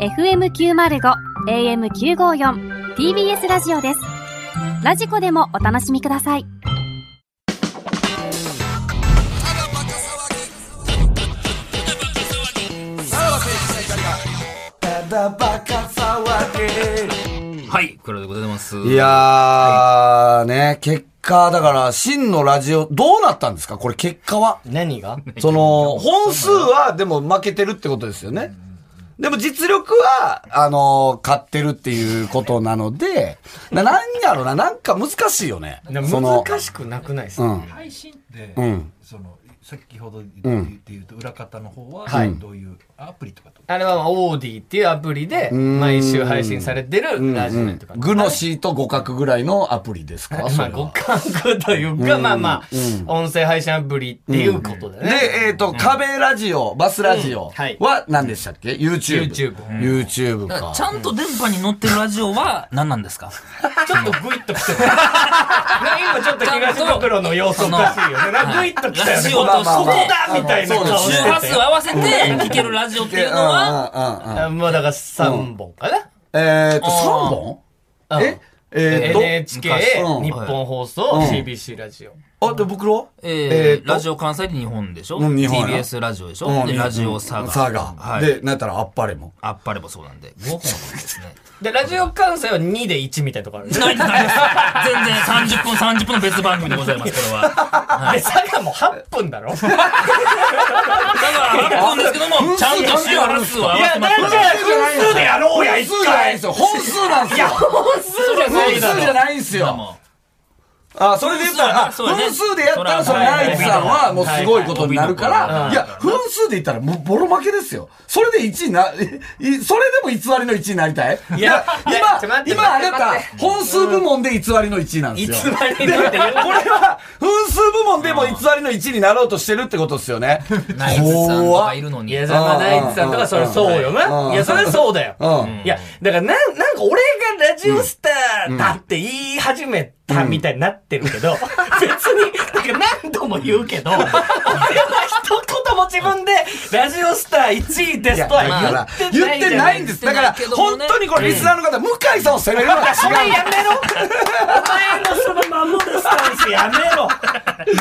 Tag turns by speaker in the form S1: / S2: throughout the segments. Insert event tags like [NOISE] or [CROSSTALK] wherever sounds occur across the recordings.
S1: FM905 AM954 TBS ラジオですラジコでもお楽しみください
S2: はい、これでございます。
S3: いやー、ね、結果、だから、真のラジオ、どうなったんですかこれ結果は。
S4: 何が
S3: その、本数は、でも負けてるってことですよね。でも実力は、あのー、勝ってるっていうことなので、な、なんやろな、なんか難しいよね。その、
S4: 難しくなくないです
S3: う
S4: か、
S3: ん。
S5: 配信って、
S3: うん
S5: その先ほど言って,、
S3: ん
S5: 言うと裏方の方は
S3: はい
S5: どういうアプリとかと、
S4: あれはまあオーディっていうアプリで毎週配信されてるラジオとか、
S3: グノシーと互角ぐらいのアプリですかそ
S4: まあ
S3: れ
S4: 互
S3: は。
S4: 角というか、まあまあ、音声配信アプリっていうことだ
S3: で、
S4: ね、
S3: えっ、と、壁ラジオ、バスラジ
S4: うん
S3: オ
S4: はい
S3: は何でしたっけ ?YouTube。
S4: YouTube う
S3: YouTube
S2: だから
S3: か
S2: ち。ゃんと電波に乗ってるラジオは何なん [LAUGHS] ですか
S4: ちょっとグイッ
S3: [LAUGHS]
S4: ときてるね今ちょっと東袋の様子おかしいよねなんかグイッときた
S2: ラ
S4: よね
S2: ジオと
S3: まあまあ
S2: そ
S3: まあ
S2: こ
S4: だみたいな顔
S3: そう
S2: 周
S3: です
S4: し
S2: 波
S4: て
S2: 数
S4: て
S2: を合わせて聞けるラジオっていうのは、
S3: うんうんうんうん
S4: あまあだから3本かな、
S3: えっ、と、3
S2: あー
S3: 本
S4: うん
S3: ええっと、
S4: NHK
S3: うん
S4: 日本放送、
S3: うん
S4: CBC ラジオ
S3: あ、で、僕らえ
S2: え
S3: ー
S2: ー
S3: と
S2: ラジオ関西で日本でしょ
S3: うん日本や
S2: ?TBS ラジオでし
S3: う
S2: ょ
S3: ん
S2: でラジオサガ。
S3: サガ。
S2: はい。
S3: で、なんやったらあっぱれも。
S2: あっぱれもそうなんで、5本ですね。 [LAUGHS]
S4: でラジオ関西は2で1みたいなとこあるね
S2: ないですないです全然30分、30分の別番組でございます、これは。は
S4: で
S2: い。
S4: 佐賀も8分
S3: [LAUGHS]
S4: だろい [LAUGHS]
S2: だから、8分ですけども、ちゃんと周波数を合わせ
S4: やだ
S2: ま
S4: か
S2: すか
S4: ら
S2: ら。
S4: 分数でやろうや一
S3: 数じゃないん
S4: 回
S3: ですよ。本数なんですよ。
S4: 本数じゃな
S3: 本数
S4: いだ
S3: じゃ
S4: ろ
S3: ないんですよ。
S2: も
S3: あ、それで言ったら、あ
S2: そうやね
S3: 分数でやったら、そ
S2: そ
S3: の
S2: ら
S3: ナイツさんはもうすごいことになるか
S2: はい
S4: は
S3: ら、
S4: い
S3: いや、分数で言ったら、もうボロ負けですよ。それで1位な、 [LAUGHS] えいそれでも偽りの1位になりたいい
S4: いやちょっと待
S3: 今
S4: っ、て
S3: 今あ
S4: 待
S3: な
S4: って
S3: た、本数部門で偽りの1位なんですよ。
S4: 偽りのって言う
S3: これは、分数部門でも偽りの1位になろうとしてるってことですよね。
S2: う、ナイツさんとかいるの
S4: い
S2: に。
S4: や、それはナイツさんとかそれそうよ
S3: うん
S4: な。いや、それそうだよ。
S3: うん
S4: いや、だからなん、なんか俺がラジオスターだって言い始めたみたいになってるけど、別に、なんか何度も言うけど、俺は一言も自分でラジオスター1位ですと
S3: だか
S4: は
S3: ら
S4: 言って
S3: 言
S4: な
S3: っ
S4: いじゃ
S3: て
S4: な
S3: ないいんで
S4: で
S3: すす。だから、
S2: 言ってないけども
S3: 本
S2: ね
S3: 当にこれ、リスナーの方、向井さんを責めるのは
S4: それ
S3: 違う。
S4: やめろお前のそのマモルスタンスやめろ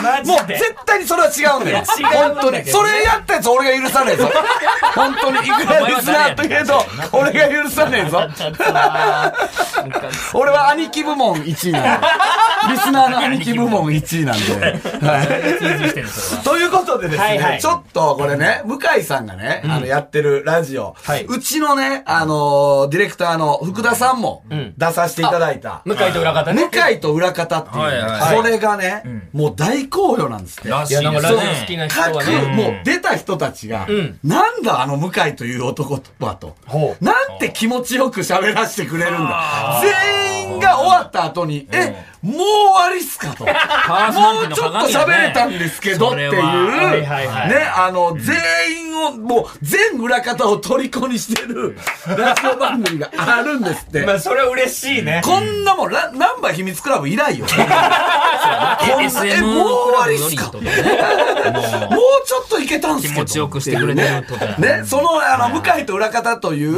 S4: マ
S3: もう
S4: ジで。
S3: 絶対にそれは違うんだよ。
S4: いや違うんだけどね
S3: 本当に。それやったやつ俺が許さねえぞ。本当に。いくらリスナーとい [LAUGHS] えど、俺が許さねえぞ。俺は兄貴部門1位なんで。リスナーの兄貴部門1位なんで。はい。ということでです
S4: はいは
S3: ね
S4: い、
S3: ちょっとこれね、向井さんがね、あの、やってるラジオ
S4: はいう
S3: ちのね、あのー、ディレクターの福田さんも
S4: ん
S3: 出させていただいた。
S4: 向井と裏方ね。
S3: 向井と裏方っていうね、
S2: はいはい
S3: これがね、もう大好評なんですって。
S2: ら
S4: い
S2: しい
S4: や、
S2: ですね。
S4: なんかラジオ好きな人
S3: 各、
S4: はね。
S3: もう出た人たちが、
S4: ん
S3: なんだあの向井という男はと
S4: ほ、う
S3: なんて気持ちよく喋らせてくれるんだ。全員が終わった後に、え、もう終わりっすかと。も
S2: パーソナリティ
S3: う
S2: の
S3: ちょっと
S2: 鏡だね
S3: 喋れたんですけどっていう、
S2: そ
S3: ね、
S2: れは
S4: はいはいはい
S3: あの、全員を、もう全裏方を虜にして
S4: [LAUGHS]
S3: るラジオ番組があるんですって。
S4: まあ、それは嬉しいね。
S3: こんなもん、ラナンバー秘密クラブ以来
S4: [LAUGHS]
S3: よ。こん
S2: SM
S3: え、もう終わりっすか
S2: クラブよりとかね。も
S3: もうちょっといけたんすけど
S2: 気持ちよくしてくれてるとか
S3: ねね、その、あの、向井と裏方という
S4: い、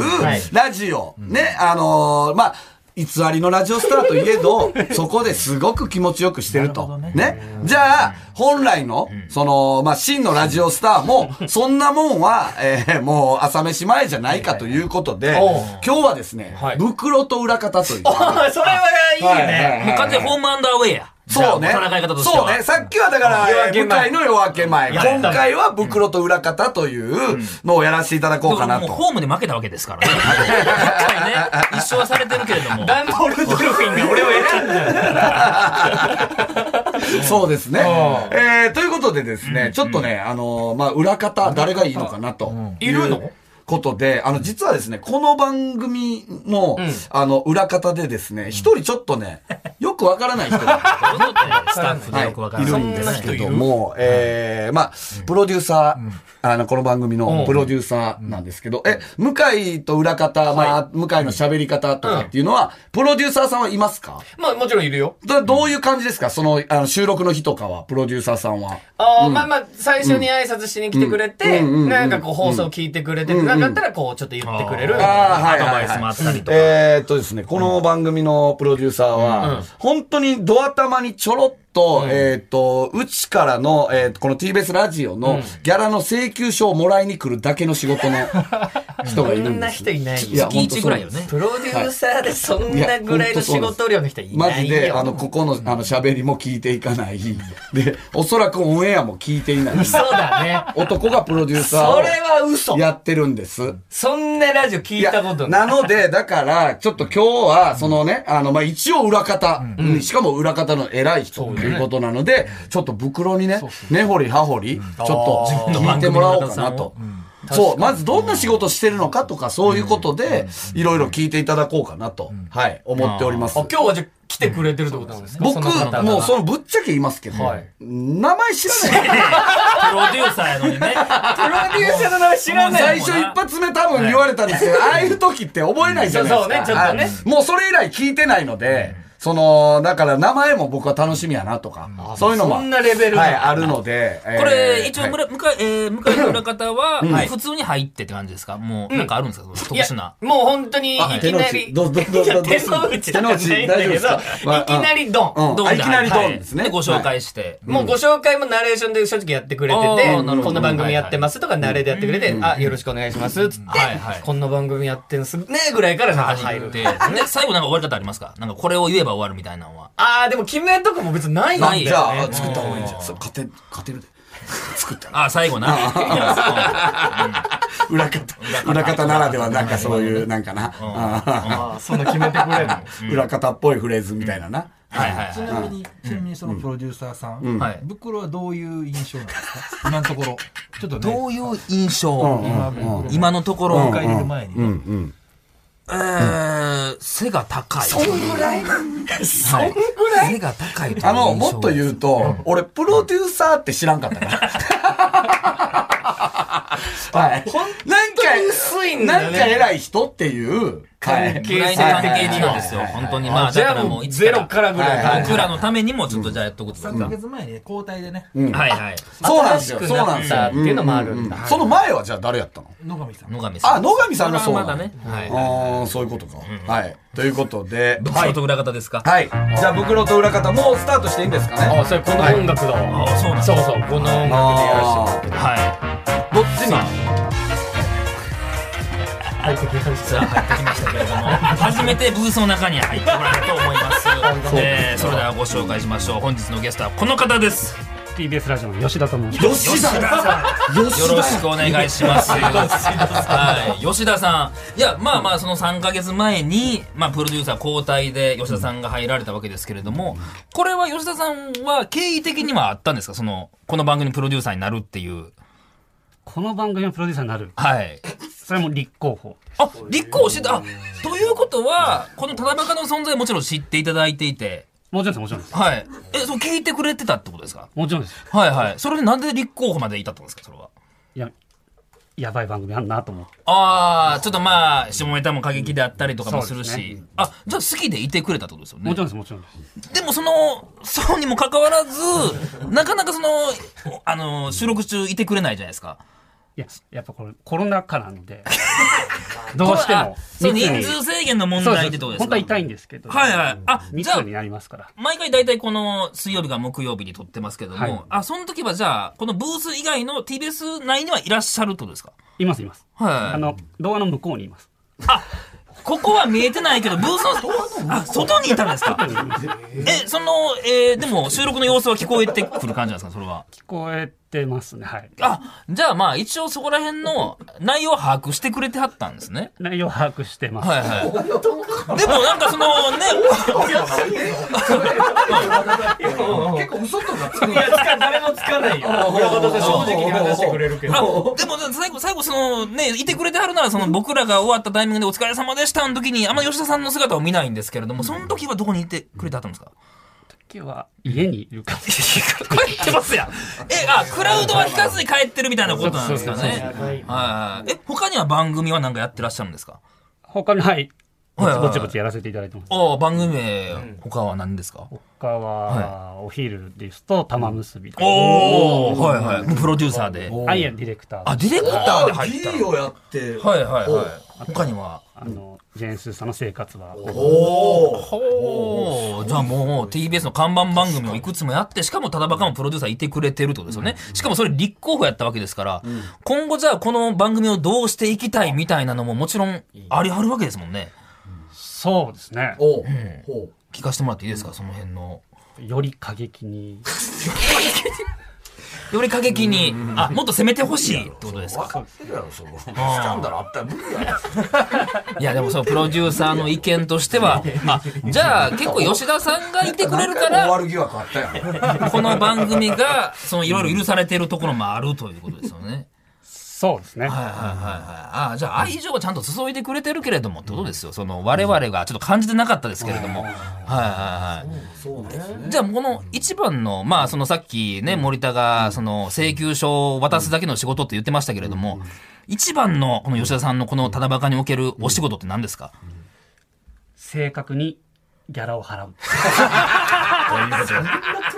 S3: ラジオ、ね、あのーまあ、偽りのラジオスターといえ
S2: [LAUGHS]
S3: ど、そこですごく気持ちよくしてると。ねじゃあ、本来の、その、まあ、真のラジオスターも、そんなもんは、えーもう朝飯前じゃないかということで、
S4: おう
S3: 今日はですね、
S4: はい
S3: 袋と裏方と
S2: [LAUGHS]
S3: いう。
S4: あ [LAUGHS] それはいいね。
S2: う完全にホームアンダーウェイや。
S3: そうね。
S2: じゃあも戦い方としては。
S3: そうね。さっきはだから、
S4: 夜
S3: えー
S4: 明け
S3: 舞
S4: 前
S3: 台の夜明け前。
S4: やったね
S3: 今回は袋と裏方というのをやらせていただこうかな
S2: もう
S3: と。
S2: ホームで負けたわけですからね。一回ね、一勝はされてるけれども。
S4: ダンボールドルフィンが俺を選んだよ。
S3: そうですね。
S4: う
S3: えーということでですね、ちょっとね、あのー、まあ、裏方、誰がいいのかなと。
S4: いるの
S3: うことで、あの、実はですね、この番組の、あの、裏方でですね、一人ちょっとね、よくわからない人が。
S2: スタッフでよくわから
S3: い
S2: な
S3: る
S2: い。
S3: んですけども、えーまあ、プロデューサー、あの、この番組のプロデューサーなんですけど、え、向井と裏方、まあ、向井の喋り方とかっていうのは、プロデューサーさんはい [LAUGHS] ますか
S4: まあもちろんいるよ。
S3: だどういう感じですかその、あの、収録の日とかは、プロデューサーさんは。
S4: あーまあまあ、最初に挨拶しに来てくれて、
S3: うんうんうんうん
S4: なんかこう放送聞いてくれて、
S3: ん
S4: なかったら、こう、ちょっと言ってくれる。
S2: うん
S3: あーはいはいはい
S4: アドバイスもあったりとか。
S3: えーっとですね、この番組のプロデューサーは、本当にドア玉にちょろっと、えーっと、うちからの、えーっとこの TBS ラジオのギャラの請求書をもらいに来るだけの仕事
S4: [LAUGHS]
S3: の人がいる
S4: そ
S3: ん
S4: んな
S3: です。
S4: 人いない
S3: いや
S4: よ。
S2: 月一ぐらいよね。
S4: プロデューサーでそんなぐらいの仕事量の人い
S3: マ
S4: ない
S3: ジ
S4: よ。
S3: で、あの、ここの、あの、喋りも聞いていかない。で、おそらくオンエアも聞いていない。
S4: そう
S3: [LAUGHS]
S4: だね。
S3: 男がプロデューサ
S4: そ
S3: ーを。
S4: れは嘘。
S3: やってるんです。
S4: そんなラジオ聞いたことな
S3: な
S4: い。
S3: ので、だから、ちょっと今日は、そのね、あの、まあ、一応裏方、うんしかも裏方の偉い人ということなので、ちょっと袋にね、根掘り葉掘り、ちょっと聞いてもらおうかなと。そう、まずどんな仕事してるのかとか、そういうことで、いろいろ聞いていただこうかなと、はい、思っております
S4: あ。今日はじゃあ来てくれてるってことなんですか
S3: 僕、もうそ
S4: の
S3: のぶっちゃけ言いますけど
S4: はい、
S3: 名前知らない。
S2: プロデューサーやのにね。
S4: プロデューサーの名前知らない。
S3: 最初一発目多分言われたんですけど、ああいう時って覚えないじゃないですか。
S4: そうそうねちょっとね
S3: はいもうそれ以来聞いてないので、その、だから名前も僕は楽しみやなとか、そういうのも。
S4: そんなレベルな
S3: は
S4: ん
S3: い、
S4: だ
S3: あるので。えー
S2: これ、一応、
S3: はい
S2: むら向かい、えー向かいの裏方は、普通に入ってって感じですかもう、なんかあるんですかその特
S4: いや
S2: 殊な。
S4: もう本当にい
S3: あ手
S4: きなり。
S3: の内どうどうどう
S4: いや
S3: どう
S4: 手の内じゃないん
S3: 手の内
S4: だ
S3: 大丈夫
S4: け
S3: です
S4: ど、
S3: かまあ
S4: いきなりドン。
S3: うん
S2: ドンで
S3: あいきなりドンですね
S2: はいご紹介して。
S4: もうご紹介もナレーションで正直やってくれてて、
S2: あーなるほど
S4: こんな番組やってますとか、ナレでやってくれて、あ、よろしくお願いします、つって、
S2: はいはい
S4: こんな番組やってんすね、ぐらいからなんか入る。
S2: で、で最後なんか終わり方ありますかなんかこれを言えば終わるみたいなのは。
S4: あー、でも決めとかも別にないんだ
S2: な
S4: よ
S2: い
S4: ね。
S3: じゃあ、作った方がいいじゃ。
S2: うんん
S3: そう勝て、勝てるで。 [LAUGHS] 作ったら。
S2: あ、最後な。
S3: 裏方。裏方ならでは、なんかそういう、なんかな。あ
S4: あーそんな決めてくれるの。
S3: ー裏方っぽいフレーズみたいなな。
S2: はい
S5: ち
S2: は
S5: なみに、ちなみにそのプロデューサーさん、
S2: んはい
S5: 袋はどういう印象なんですか今のところ。ちょっとね、
S2: い。どういう印
S3: うん
S2: 象
S3: うんうんうん
S2: 今のとこ
S5: 今
S2: ろ、
S5: 回入れる前に、
S3: うんうん。
S2: えー背が高い。そんぐらいそんぐらい背が高いという印象。
S3: あの、もっと言うと、俺、プロデューサーって知らんかったから。はい。なんか
S4: 薄いんだ
S3: な
S4: ね
S3: んか偉い人っていう、はい
S4: 関
S2: ぐらいの関係値なんですよ。本当に。まあ、
S4: じ
S2: だ
S4: ゃ
S2: から
S4: あ
S2: も
S4: も
S2: う
S4: う
S2: いつ
S4: ゼロからぐらい
S3: はい
S4: か
S3: はい
S2: 僕らのためにも、ちょっとじゃあやっとくことだ
S5: 3ヶ月前にね、交代でね、
S2: はいはい。
S3: そうなんですよ。
S4: 新し
S3: そ
S4: く
S3: う
S4: な
S3: なん
S4: っ
S3: ですよ
S4: た。っていうのもあるんだ
S3: うううその前はじゃあ誰やったの
S5: 野上さん。
S2: 野上さん。
S3: あ、野上さんがそうな
S2: ま
S3: の
S2: だね。はい。
S3: あーそういうことか。はい。ということで、
S2: はい。と裏方ですか
S3: はい。じゃあ、袋と裏方、もうスタートしていいんですかね
S4: あ、それこの音楽だわ、
S2: あそうなんだ
S4: そうそう、この音楽でやらせてもら
S3: あ
S4: って
S3: ー
S4: る。
S2: は
S3: どっちに
S2: い。さあ、
S4: 入ってきまし
S2: 入ってきましたけれども、初めてブースの中に入ってもらえたと思います。えーそれではご紹介しましょう。本日のゲストはこの方です。
S6: TBS ラジオの吉田と申します。
S3: 吉田さん
S2: よ
S3: 吉
S2: ろ
S3: 田
S2: し
S3: さ
S2: くお願い
S3: [LAUGHS]
S2: します。はい、吉田さん。いや、まあまあ、その3ヶ月前に、まあ、プロデューサー交代で吉田さんが入られたわけですけれども、これは吉田さんは経緯的にはあったんですかその、この番組のプロデューサーになるっていう。
S6: この番組のプロデューサーになる。
S2: はい。
S6: それも立候補。
S2: あ、立候補してた。あ、ということは、このただバカの存在もちろん知っていただいていて、
S6: もちろんです、もちろんです。
S2: はい。え、そう聞いてくれてたってことですか
S6: もちろんです。
S2: はいはい。それでなんで立候補まで至ったんですかそれは。
S6: いや、やばい番組あんなと思って。
S2: ああ、ちょっとまあ、下ネタも過激であったりとかもする
S6: そうで
S2: し、あ、じゃあ好きでいてくれたってことですよね。
S6: もちろんです、もちろんです。
S2: でもその、そうにもかかわらず、 [LAUGHS] なかなかその、あの、収録中いてくれないじゃないですか。
S6: いや、やっぱこれコロナ禍なんで、 [LAUGHS] どうしても
S2: あ。そう、
S6: 密
S2: 人
S6: に
S2: 数制限の問
S6: そう
S2: 題って
S6: です
S2: ことですか
S6: 本当は痛いんですけど。
S2: はいはい。あ、じ
S6: 密
S2: ゃあ
S6: に、なりますから。
S2: 毎回大体この水曜日が木曜日に撮ってますけども、
S6: はい
S2: あ、その時はじゃあ、このブース以外の TBS 内にはいらっしゃるってことですか
S6: います、います。あ
S2: はい。
S6: の、動画の向こうにいます。
S2: ここは見えてないけど、ブースの、あ、外にいたんですかえ、その、えーでも収録の様子は聞こえてくる感じなんですか、それは。
S6: 聞こえてますね、はい。
S2: あ、じゃあまあ一応そこら辺の内容を把握してくれてはったんですね。
S6: 内容把握してます。
S2: はいはい。でもなんかそのね、
S3: 結構嘘とかつく
S4: いや、つか、誰もつかないよ。裏方さん正直に話してくれるけど。
S2: あでも最後、最後そのね、いてくれてはるならその僕らが終わったタイミングでお疲れ様でしたの時に、あんま吉田さんの姿を見ないんですけれども、その時はどこにいてくれてはったんですか
S6: 今日は家にいるか。
S2: [LAUGHS] 帰ってますやん。え、あ、クラウドは聞かずに帰ってるみたいなことなんですかね。はいはい。え、他には番組は何かやってらっしゃるんですか
S6: 他に、はい。
S2: はいはいはい
S6: ぼちぼちやらせていただいてます。
S2: ああ、番組名、他は何ですか
S6: 他は、お昼ですと、玉結びとか。
S2: おおはいはい。もうプロデューサーで。
S6: アイアンディレクター。
S2: あ、ディレクターで入った。
S3: をやって。
S2: はいはいはい。他には
S6: あの、ジェーンスーさんの生活は。
S3: おー
S2: おおじゃあもう TBS の看板番組をいくつもやって、しかもただばかもプロデューサーいてくれてるってことですよね。しかもそれ立候補やったわけですから、今後じゃあこの番組をどうしていきたいみたいなのももちろんありはるわけですもんね。
S6: そうですね。
S3: おうほう
S2: 聞かせてもらっていいですか、その辺の。
S6: より過激に。
S2: より過激に、あ、もっと攻めてほしいってことですか
S3: 分。かってるやろ、そこ。スキャンダルあったら無理やろ。
S2: いや、でもそのプロデューサーの意見としては、あ、じゃあ結構吉田さんがいてくれるか
S3: 終わ
S2: ら、
S3: る疑惑あったやん。
S2: この番組が、そのいろいろ許されてるところもあるということですよね。
S6: そうですね。
S2: はいはいはいはい。ああ、じゃあ愛情はちゃんと注いでくれてるけれどもってことですよ。その我々がちょっと感じてなかったですけれども。はいはいはい。じゃあこの一番の、まあそのさっきね、森田がその請求書を渡すだけの仕事って言ってましたけれども、一番のこの吉田さんのこのただバカにおけるお仕事って何ですか、
S6: 正確にギャラを払う。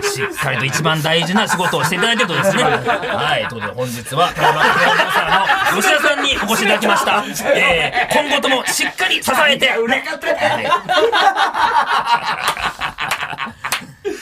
S2: しっかりと一番大事な仕事をしていただいてるとですね。はい。ということで本日は、田中プロデューサーの吉田さんにお越しいただきました。えー、今後ともしっかり支えて。ねはい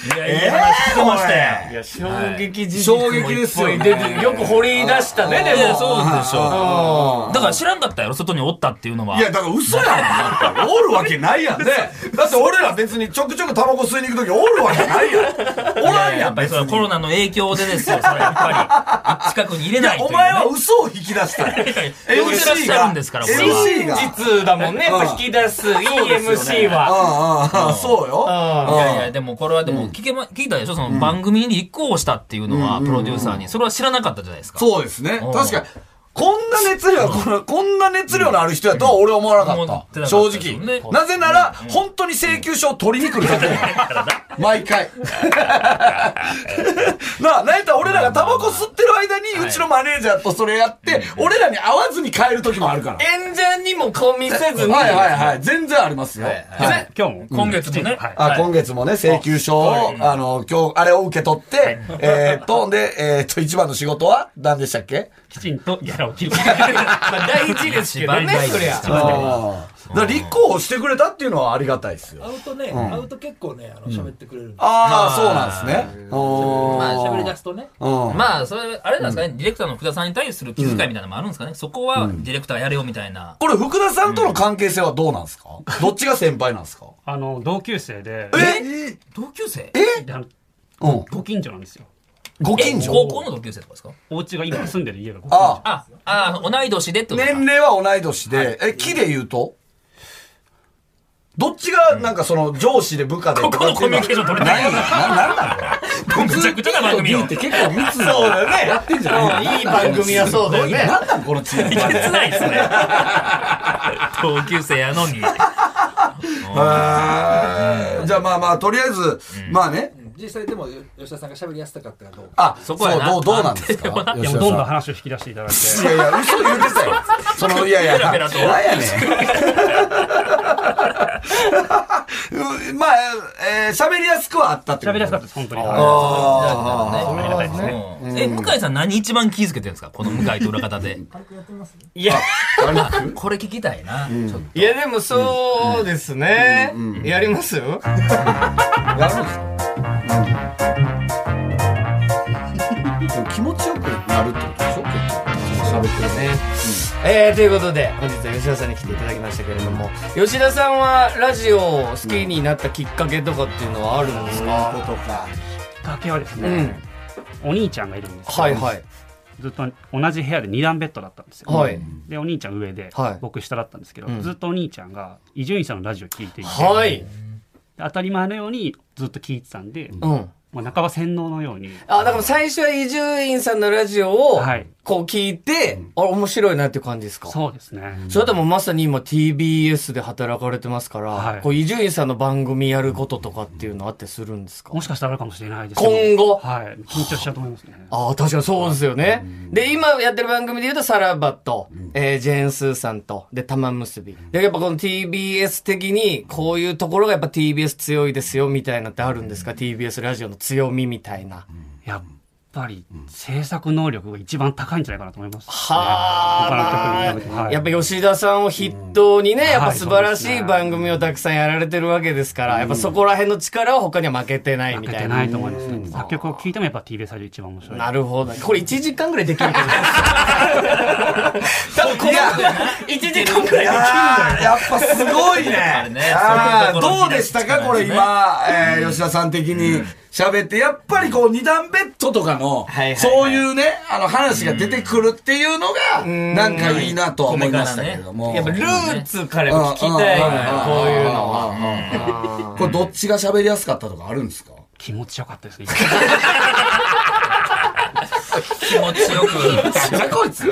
S2: いや、いい話聞けましたよ。
S4: いや、衝撃事
S3: 衝撃ですよね
S4: 出てよく掘り出したね、で
S2: いや
S4: も。
S2: そうでしょう。だから知らんかったやろ外におったっていうのは。
S3: いや、だから嘘やん。だっておるわけないやんね。だって俺ら別にちょくちょくタバコ吸いに行くときおるわけないやん。おらんや
S2: やっ
S3: ん、
S2: ぱ
S3: 別
S2: りそれは
S3: に。
S2: コロナの影響でですよ、それやっぱり。近くに入れないという
S3: お
S2: ね
S3: 前は嘘を引き出したい。
S2: 呼んでらっしゃるんですからこれは
S3: MC が。
S4: 実だもんね、やっぱ引き出す、いい MC は。
S3: ああああ、そうよ。
S2: いや
S3: うん
S2: いや、でもこれはでも聞けま、聞いたでしょその番組に立候補したっていうのは、プロデューサーに。それは知らなかったじゃないですか。
S3: そうですね
S2: うん。
S3: 確かに。こんな熱量、このこんな熱量のある人やとは俺は思わな
S2: 思
S3: か
S2: っ
S3: って
S2: な
S3: た。
S2: か
S3: 正
S2: ったですよね
S3: 直。なぜなら、本当に請求書を取りに来る人だった毎回。 [LAUGHS] なあ、なんやったら俺らがタバコ吸ってる間に、うちのマネージャーとそれやって、俺らに会わずに帰る時もあるから。
S4: 演者にも込みせずに。
S3: はいはいはい。全然ありますよ。はい
S6: はい今日も。
S2: 今月もね。
S6: はい。
S3: あ今月もね、請求書を、あの、今日、あれを受け取って、えーっと、で、えーっと、一番の仕事は何でしたっけ
S6: きちんとギャラを切る。
S4: まあ大事ですけど
S2: 一番
S4: ね
S2: 大、事
S4: そり
S2: で
S4: ゃ
S2: すか。ら
S3: ああ。だから立候補してくれたっていうのはありがたいですよ。
S5: アウトね、アウト結構ね、あの、喋ってくれるんで。
S3: ああ、そうなんですね。
S5: まあ、喋り出
S3: あ
S5: すとね。
S3: あ。うん。
S2: まあ、それ、あれなんですかね、ディレクターの福田さんに対する気遣いみたいなのもあるんですかね。そこは、ディレクターやれよみたいな。
S3: これ、福田さんとの関係性はどうなんですかどっちが先輩なんですか
S6: あの、同級生で、
S3: え
S2: 同級生
S6: であの
S3: うん。
S6: ご近所なんですよ。
S3: ご近
S2: え
S3: 所
S2: 高校の同級生とかですか
S6: お家が今住んでる家がご近所
S3: あ。あ。
S2: あ、あ、同い年でってことか
S3: 年齢は同い年で、え、木で言うとどっちが、なんかその、上司で部下でと
S2: こ
S3: か
S2: このコミュニケーション取れてない
S3: なんや、な、なんなんだこれ。
S2: めちゃくちゃな番組よ
S3: B って結構密な。そうだよね。やってんじゃない
S4: いい番組はそうだよね。
S3: なんなんこのチーム。
S2: えげつないですね。同級生やのに。
S3: へーじゃあまあまあ、とりあえず、まあね。
S5: 実際でも、吉田さんが喋りやすかったかどうか。
S3: あ、
S2: そこやな
S3: そうどう、どうなんですか
S6: いやもうどんどん話を引き出していただいて、
S3: いやいや、嘘言うてたよ。その、いやいや、
S2: ペラペラと
S3: なんやねん [LAUGHS] うんまあ、えー喋りやすくはあったってこと
S6: 喋りやすかったです、本当に。は
S3: あ
S6: いありがたいですね。
S2: うんえ、向井さん何一番気づけてるんですかこの向井と裏方で。
S4: いや、
S2: これ聞きたいな。ちょっと
S4: いやでもそうですね。やりますよ。
S3: あ。やるんですかでも気持ちよくなるってことでしょ
S4: 喋ってるね。えー、ということで、本日は吉田さんに来ていただきましたけれども、吉田さんはラジオを好きになったきっかけとかっていうのはあるんですか
S3: ことか。
S6: きっかけはですね、お兄ちゃんがいるんですけど
S4: はいはい。
S6: ずっと同じ部屋で2段ベッドだったんですよ。
S4: はい。
S6: で、お兄ちゃん上で
S4: はい、
S6: 僕下だったんですけど、ずっとお兄ちゃんが伊集院さんのラジオ聞いていて、
S4: はい。
S6: 当たり前のようにずっと聞いてたんで、
S4: うん。
S6: もう半ば洗脳のように、
S4: あ、だから最初は伊集院さんのラジオを
S6: はい
S4: こう聞いて、あ、面白いなっていう感じですか
S6: そうですね。
S4: それともうまさに今 TBS で働かれてますから、
S6: はい
S4: こう伊集院さんの番組やることとかっていうのあってするんですか
S6: もしかしたらあるかもしれないですけど
S4: 今後。
S6: はい。緊張しちゃうと思いますね。
S4: ああ、確かにそうですよね。で、今やってる番組で言うと、さらばと、えージェーンスーさんと、で、玉結び。で、やっぱこの TBS 的に、こういうところがやっぱ TBS 強いですよ、みたいなってあるんですか ?TBS ラジオの強みみたいな。
S6: やっぱり制作能力が一番高いんじゃないかなと思います。
S4: はあ、
S6: 他の曲に比べて
S4: まあ
S6: はい
S4: やっぱ吉田さんを筆頭にね、やっぱ素晴らし
S6: はい
S4: い
S6: そうですね
S4: 番組をたくさんやられてるわけですから、やっぱそこら辺の力は他には負けてないみ
S6: 負け
S4: た
S6: て
S4: い
S6: な
S4: な。
S6: いと思いますね。作曲を聴いてもやっぱ TBS ラジオ一番面白い。
S4: なるほど。これ1時間ぐらいできるけど。多分この1時間
S6: [LAUGHS]
S4: ぐらい
S3: い
S4: できるん
S3: や
S4: だよ。
S3: ーやっぱすごいね。
S2: あれね
S3: あー
S2: そういうところ
S3: どうでしたかこれ今、えー吉田さん的に喋って、やっぱりこう二段ベッドとかの
S4: はいはいは、い
S3: そういうね、あの話が出てくるっていうのが、なんかいいなとは思いましたけども。
S4: やっぱルーツからやっぱ聞きたいのよ、こういうのは。
S3: は。これどっちが喋りやすかったとかあるんですか
S6: 気持ちよかったですね。
S2: 気持ちよく。
S3: [LAUGHS] じゃこいつ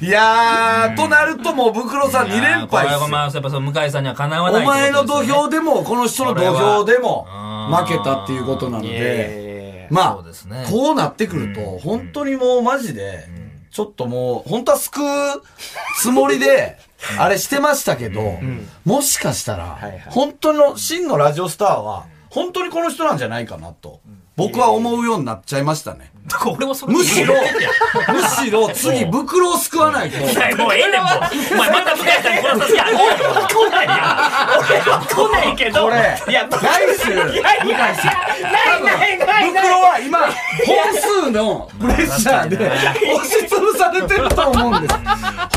S3: いやー、となるともう、ブクロさん2連敗っ
S2: いやーこれは
S3: すよ
S2: まあ、やっぱその向井さんにはかなわな
S3: お
S2: いってことです
S3: 前
S2: よね、
S3: の土俵でも、この人の土俵でも、負けたっていうことなの
S4: いやいやい
S3: で、
S4: やいや
S2: そ
S3: ま
S2: うですね
S3: あ、こうなってくると、本当にもうマジで、ちょっともう、本当は救うつもりで、あれしてましたけど、もしかしたら
S4: はいはい、
S3: 本当の真のラジオスターは、本当にこの人なんじゃないかなと、僕は思うようになっちゃいましたね。
S2: だから俺もそれ
S3: むしろ、むしろ、次、袋を救わないと。
S2: いやもうええねんもうお前また向井さんに殺させや
S4: 来ないや俺は来ないけど。
S3: これ、
S4: いや、
S3: 来週、
S4: いやいやいやないないない
S3: 袋
S4: ない。
S3: は今、本数のプレッシャーで押しつぶされてると思うんです。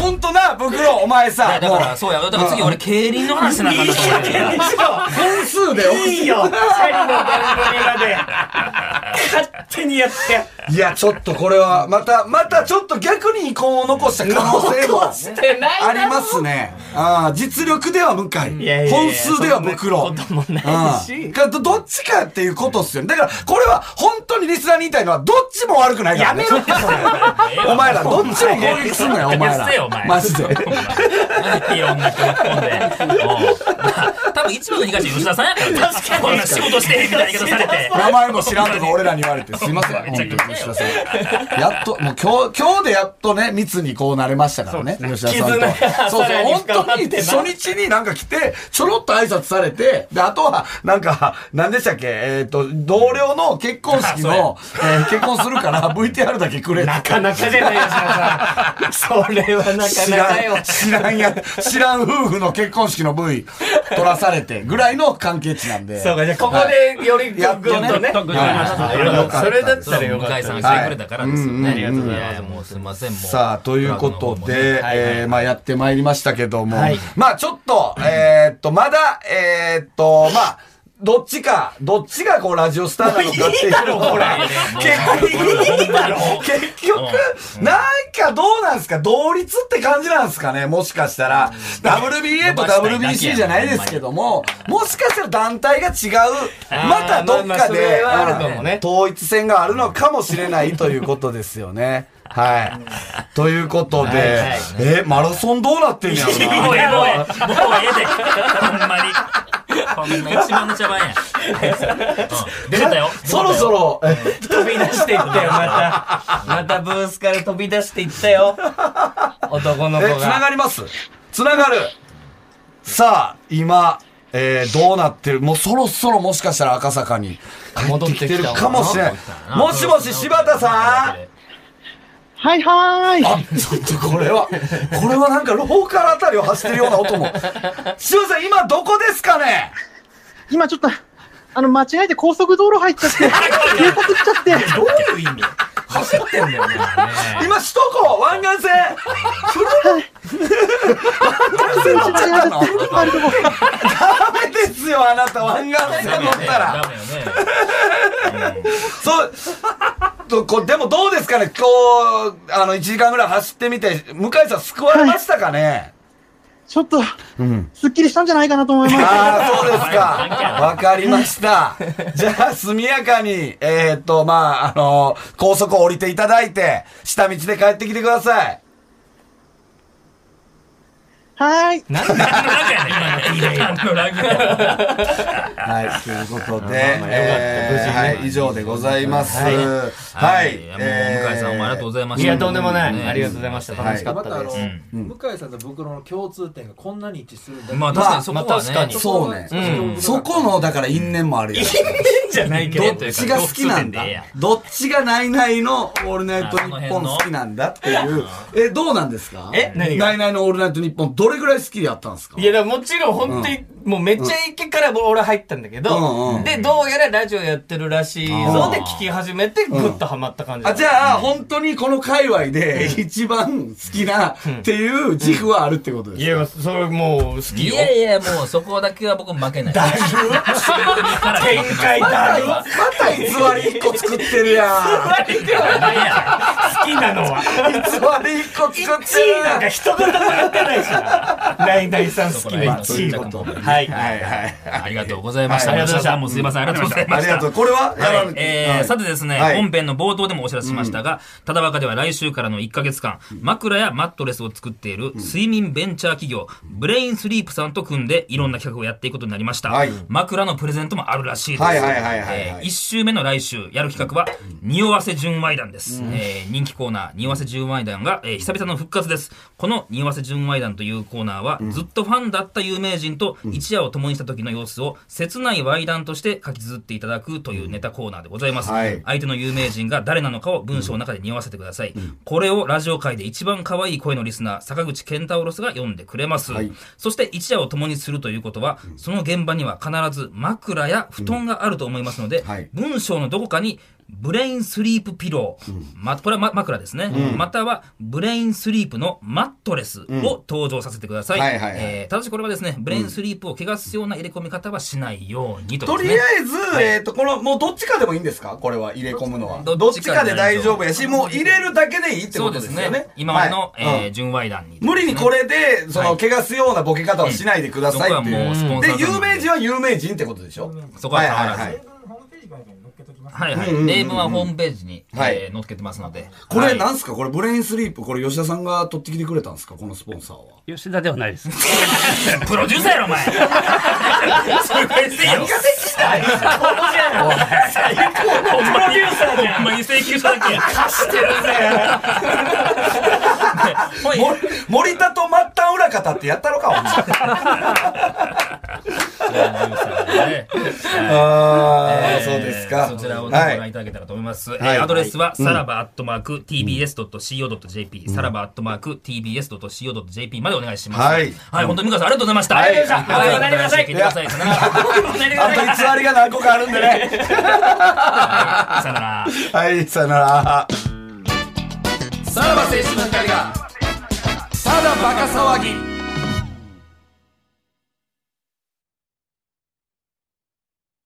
S3: 本当な、袋、お前さ、
S2: だ
S3: も
S2: から、
S3: う、
S2: そうや。だから次俺、競輪の話せなあかったと思って
S4: いいよ
S3: 本数で押
S4: いい
S3: し
S4: よチャリの番組まで。勝手にやって。
S3: いや、ちょっとこれは、また、またちょっと逆に遺恨を残した可能性も
S4: してない
S3: ありますね。ああ、実力では向井。
S4: いやいやいや
S3: 本数では袋。
S4: そんなこともないし
S3: うんかどどっちかっていうことっすよね。だから、これは本当にリスナーに言いたいのは、どっちも悪くないから、ね。やめろって、それ。お前ら、どっちも攻撃すんなよ、お前
S2: うるせえ
S3: ら
S2: よお。前
S3: マジで。
S2: いろんな人が飛んで。うん多分一番の東は吉田さんやから。確かに。こんな仕事してへんみたいな言い方されて。
S3: 名前も知らんとか俺らに言われて、すいません、本当に吉田さん。やっと、もう今日、今日でやっとね、密にこうなれましたからね、吉田さん
S4: 絆
S3: と。
S4: が
S3: そう
S4: さ
S3: そ
S4: ら
S3: う、
S4: に
S3: 本
S4: 深まってな
S3: 当に初日になんか来て、ちょろっと挨拶されて、で、あとは、なんか、何でしたっけ、えっと、同僚の結婚式の、えー結婚するから [LAUGHS] VTR だけくれって
S4: なかなかじゃないです
S6: [LAUGHS]
S4: か。それはなか
S3: 知
S4: な
S3: ら
S4: かよ。
S3: ん、知らんや、知らん夫婦の結婚式の V 取らされて、ぐらいの関係値なんで。
S4: そうか、じゃあここでよりグ
S3: やっ
S4: ッ
S3: とね
S4: とね。
S6: グッとなりました
S4: はいはいはいそれだったらよか
S2: 向
S4: っ
S2: 井
S4: た
S2: さん
S4: で
S2: 来
S4: す。
S2: てくれたからですよ
S3: は
S2: ね。
S3: い
S2: ありがとうございます。もうすいません、もう。
S3: さあ、ということで、えーまあ、やってまいりましたけども、
S4: はい
S3: まあ、ちょっと、えーっと、まだ、えーっと、まあ、どっちか、どっちがこう、ラジオスターなのかっていうのを、これ、結局、いいだろ結局、なんかどうなんすか同率って感じなんすかねもしかしたら、WBA と WBC じゃないですけども、もしかしたら団体が違う、またどっ
S4: まあまあ
S3: か
S4: それ
S3: で、
S4: はあるかもね
S3: うん統一戦があるのかもしれないということですよね。はい。ということで、
S4: はいはい
S3: え、マラソンどうなってんやろ
S2: [LAUGHS]
S3: な。
S2: もうええ、もうええ。もうええで。ほんまに。こんな一番の茶番や。うん出てたよ。
S3: そろそろ、え
S4: 飛び出していったよ、また。またブースから飛び出していったよ。男の
S3: え
S4: 子
S3: つな
S4: が。
S3: がりますつながるさあ、今、えーどうなってるもうそろそろもしかしたら赤坂に
S4: 戻っ
S3: 来てるかもしれない
S2: 出てた。よ。
S3: もしもし、柴田さん
S7: はいはーい。
S3: あ、ちょっとこれは、これはなんかローカルあたりを走ってるような音も。柴田さん、今どこですかね
S7: 今ちょっと、あの、間違えて高速道路入っちゃって、警察来ちゃって、
S4: どういう意味走ってんだよね。
S3: [LAUGHS] 今、首都高、湾岸線
S7: 全然違います。全然あるとこ。
S3: ダメですよ、あなた、湾岸線乗ったら。
S2: ダメよね。
S3: そう、とこでもどうですかね、今日、あの、1時間ぐらい走ってみて、向井さん救われましたかね、
S7: ちょっと、
S3: うん。
S7: すっきりしたんじゃないかなと思います。
S3: ああ、そうですか。わかりました。じゃあ、速やかに、えーっと、まあ、あの高速を降りていただいて、下道で帰ってきてください。
S7: はーい。
S4: なんだ
S2: 何のラグやねん今の何のラグやねん
S3: はい、ということで、
S4: まあよかった無事
S3: え
S4: に
S3: ーはい、以上でございます。は。
S4: はいい
S2: はい。いやもう向井さんもありがとうございました。
S4: いやとんでもないありがとうございました
S2: は
S4: 楽しか
S5: ま
S4: った
S5: あ
S4: た
S5: あ
S4: で
S5: の、
S4: す
S3: うん
S5: 向井さんと僕の共通点がこんなに一致するんだ
S2: まあ確かにそこはね
S4: まあ確かに
S5: ちょっと
S3: そうね
S5: うん
S3: そこの、だから因縁もあるよ。
S4: じゃないけ
S2: ど
S4: ど
S2: っ
S3: どっちが好きなんだ
S2: ええや
S3: どっちがナイナイのオールナイトニッポン好きなんだっていう。え、どうなんですか
S4: え何が
S3: ナイナイのオールナイトニッポンどれぐらい好きやったんですか
S4: いや、だからもちろん本当に、もうめっちゃイケから俺入ったんだけど、
S3: うんうん
S4: で、どうやらラジオやってるらしい
S3: あー
S4: ぞで聞き始めて、ぐっとハマった感じだ
S3: あじゃあ、本当にこの界隈で一番好きなっていう自負はあるってことです
S4: いや、それもう好き
S2: い
S4: よ。
S2: やいや、もうそこだけは僕負けない。
S4: だる
S2: [LAUGHS]
S4: 展開だる
S3: また偽り一個作ってるやん。
S4: 好きなのは。
S3: 偽り一個作ってる
S4: 1位な
S3: [LAUGHS]
S4: んか一言も言ってないしな。 [LAUGHS] ナイナイさん好き
S2: ま
S4: な
S2: あそう
S4: 1
S2: い
S4: 位
S2: う
S4: の
S2: ことも
S4: はい。
S3: はいはい。
S2: ありがとうございました。
S4: はい
S2: 吉田さんもすいません。ありがとうございま
S3: あ
S2: し
S3: り
S2: た
S3: が。とう。これは、
S2: は
S3: 山口
S2: いえ
S3: は
S2: ー
S3: い
S2: さてですね、
S3: はい
S2: 本編の冒頭でもお知らせしましたが、ただバカでは来週からの1ヶ月間、枕やマットレスを作っている睡眠ベンチャー企業、ブレインスリープさんと組んで、いろんな企画をやっていくことになりました。
S3: はい
S2: 枕のプレゼントもあるらしいです。
S3: はいはいはいはいはい
S2: え1週目の来週、やる企画は、匂わせ純愛団です。えー人気コーナー、匂わせ純愛団が、えー久々の復活です。この匂わせ純愛団というコーナーは、ずっとファンだった有名人と一夜を共にした時の様子を、切ない愛談として書き綴っていただくというネタコーナーでございます。
S3: はい
S2: 相手の有名人が誰なのかを文章の中で匂わせてください。これをラジオ界で一番可愛い声のリスナー、坂口健太郎が読んでくれます。
S3: はい
S2: そして一夜を共にするということは、その現場には必ず枕や布団があると思いますので、
S3: はい
S2: 文章のどこかにブレインスリープピロー、ま、これはま枕ですね、またはブレインスリープのマットレスを登場させてください。
S3: はいはいはい
S2: えーただしこれはですね、ブレインスリープを汚すような入れ込み方はしないようにと
S3: と
S2: ですね
S3: りあえず、えっ、と、この、もうどっちかでもいいんですかこれは入れ込むのは。
S2: どっちか
S3: どっちかで大丈夫やし、もう入れるだけでいいって
S2: そ
S3: こ
S2: う
S3: と
S2: で
S3: ですすよ
S2: ね
S3: ね。。
S2: 今までの、
S3: はい
S2: えー
S3: うん
S2: 純愛団に。
S3: 無理にこれで、その、汚すようなボケ方をしないでくださいってい
S2: うんそこはも
S3: う。
S2: う
S3: で
S2: スポンサーさん、
S3: 有名人は有名人ってことでしょ
S2: そこは変わらず。
S3: は
S2: はいい
S3: はい
S2: はい
S3: うんうんうん
S2: 例文はホームページに、
S3: はい
S2: えー載っけてますので。
S3: これ、
S2: はい
S3: なんすかこれ、ブレインスリープ、これ、吉田さんが取ってきてくれたんですかこのスポンサーは。
S6: 吉田ではないです。
S2: プロデューサーやろ、お前。それ別によ。
S4: プロデューサーじゃ
S2: ほんまに請求しただけや。貸してるぜ。
S3: 森田と末端裏方ってやったのか、お前。
S2: [LAUGHS]
S3: あー、そうですか。
S2: そちらをね
S3: は
S2: ご覧
S3: い
S2: い。ただけたらと思います。え
S3: はい
S2: ーアドレスは、さらばアットマーク tbs.co.jp、さらばアットマーク tbs.co.jp までお願いします。
S3: はい
S2: はい、本当に皆さんありがとうございました。
S3: はい
S2: はいお願いします聞いてください。さよなら。
S3: あと偽りが何個かあるんで
S2: [LAUGHS]
S3: ね。
S2: さよなら。
S3: はい、さよなら。
S2: さらば青春の光が。
S3: ただバカ騒ぎ。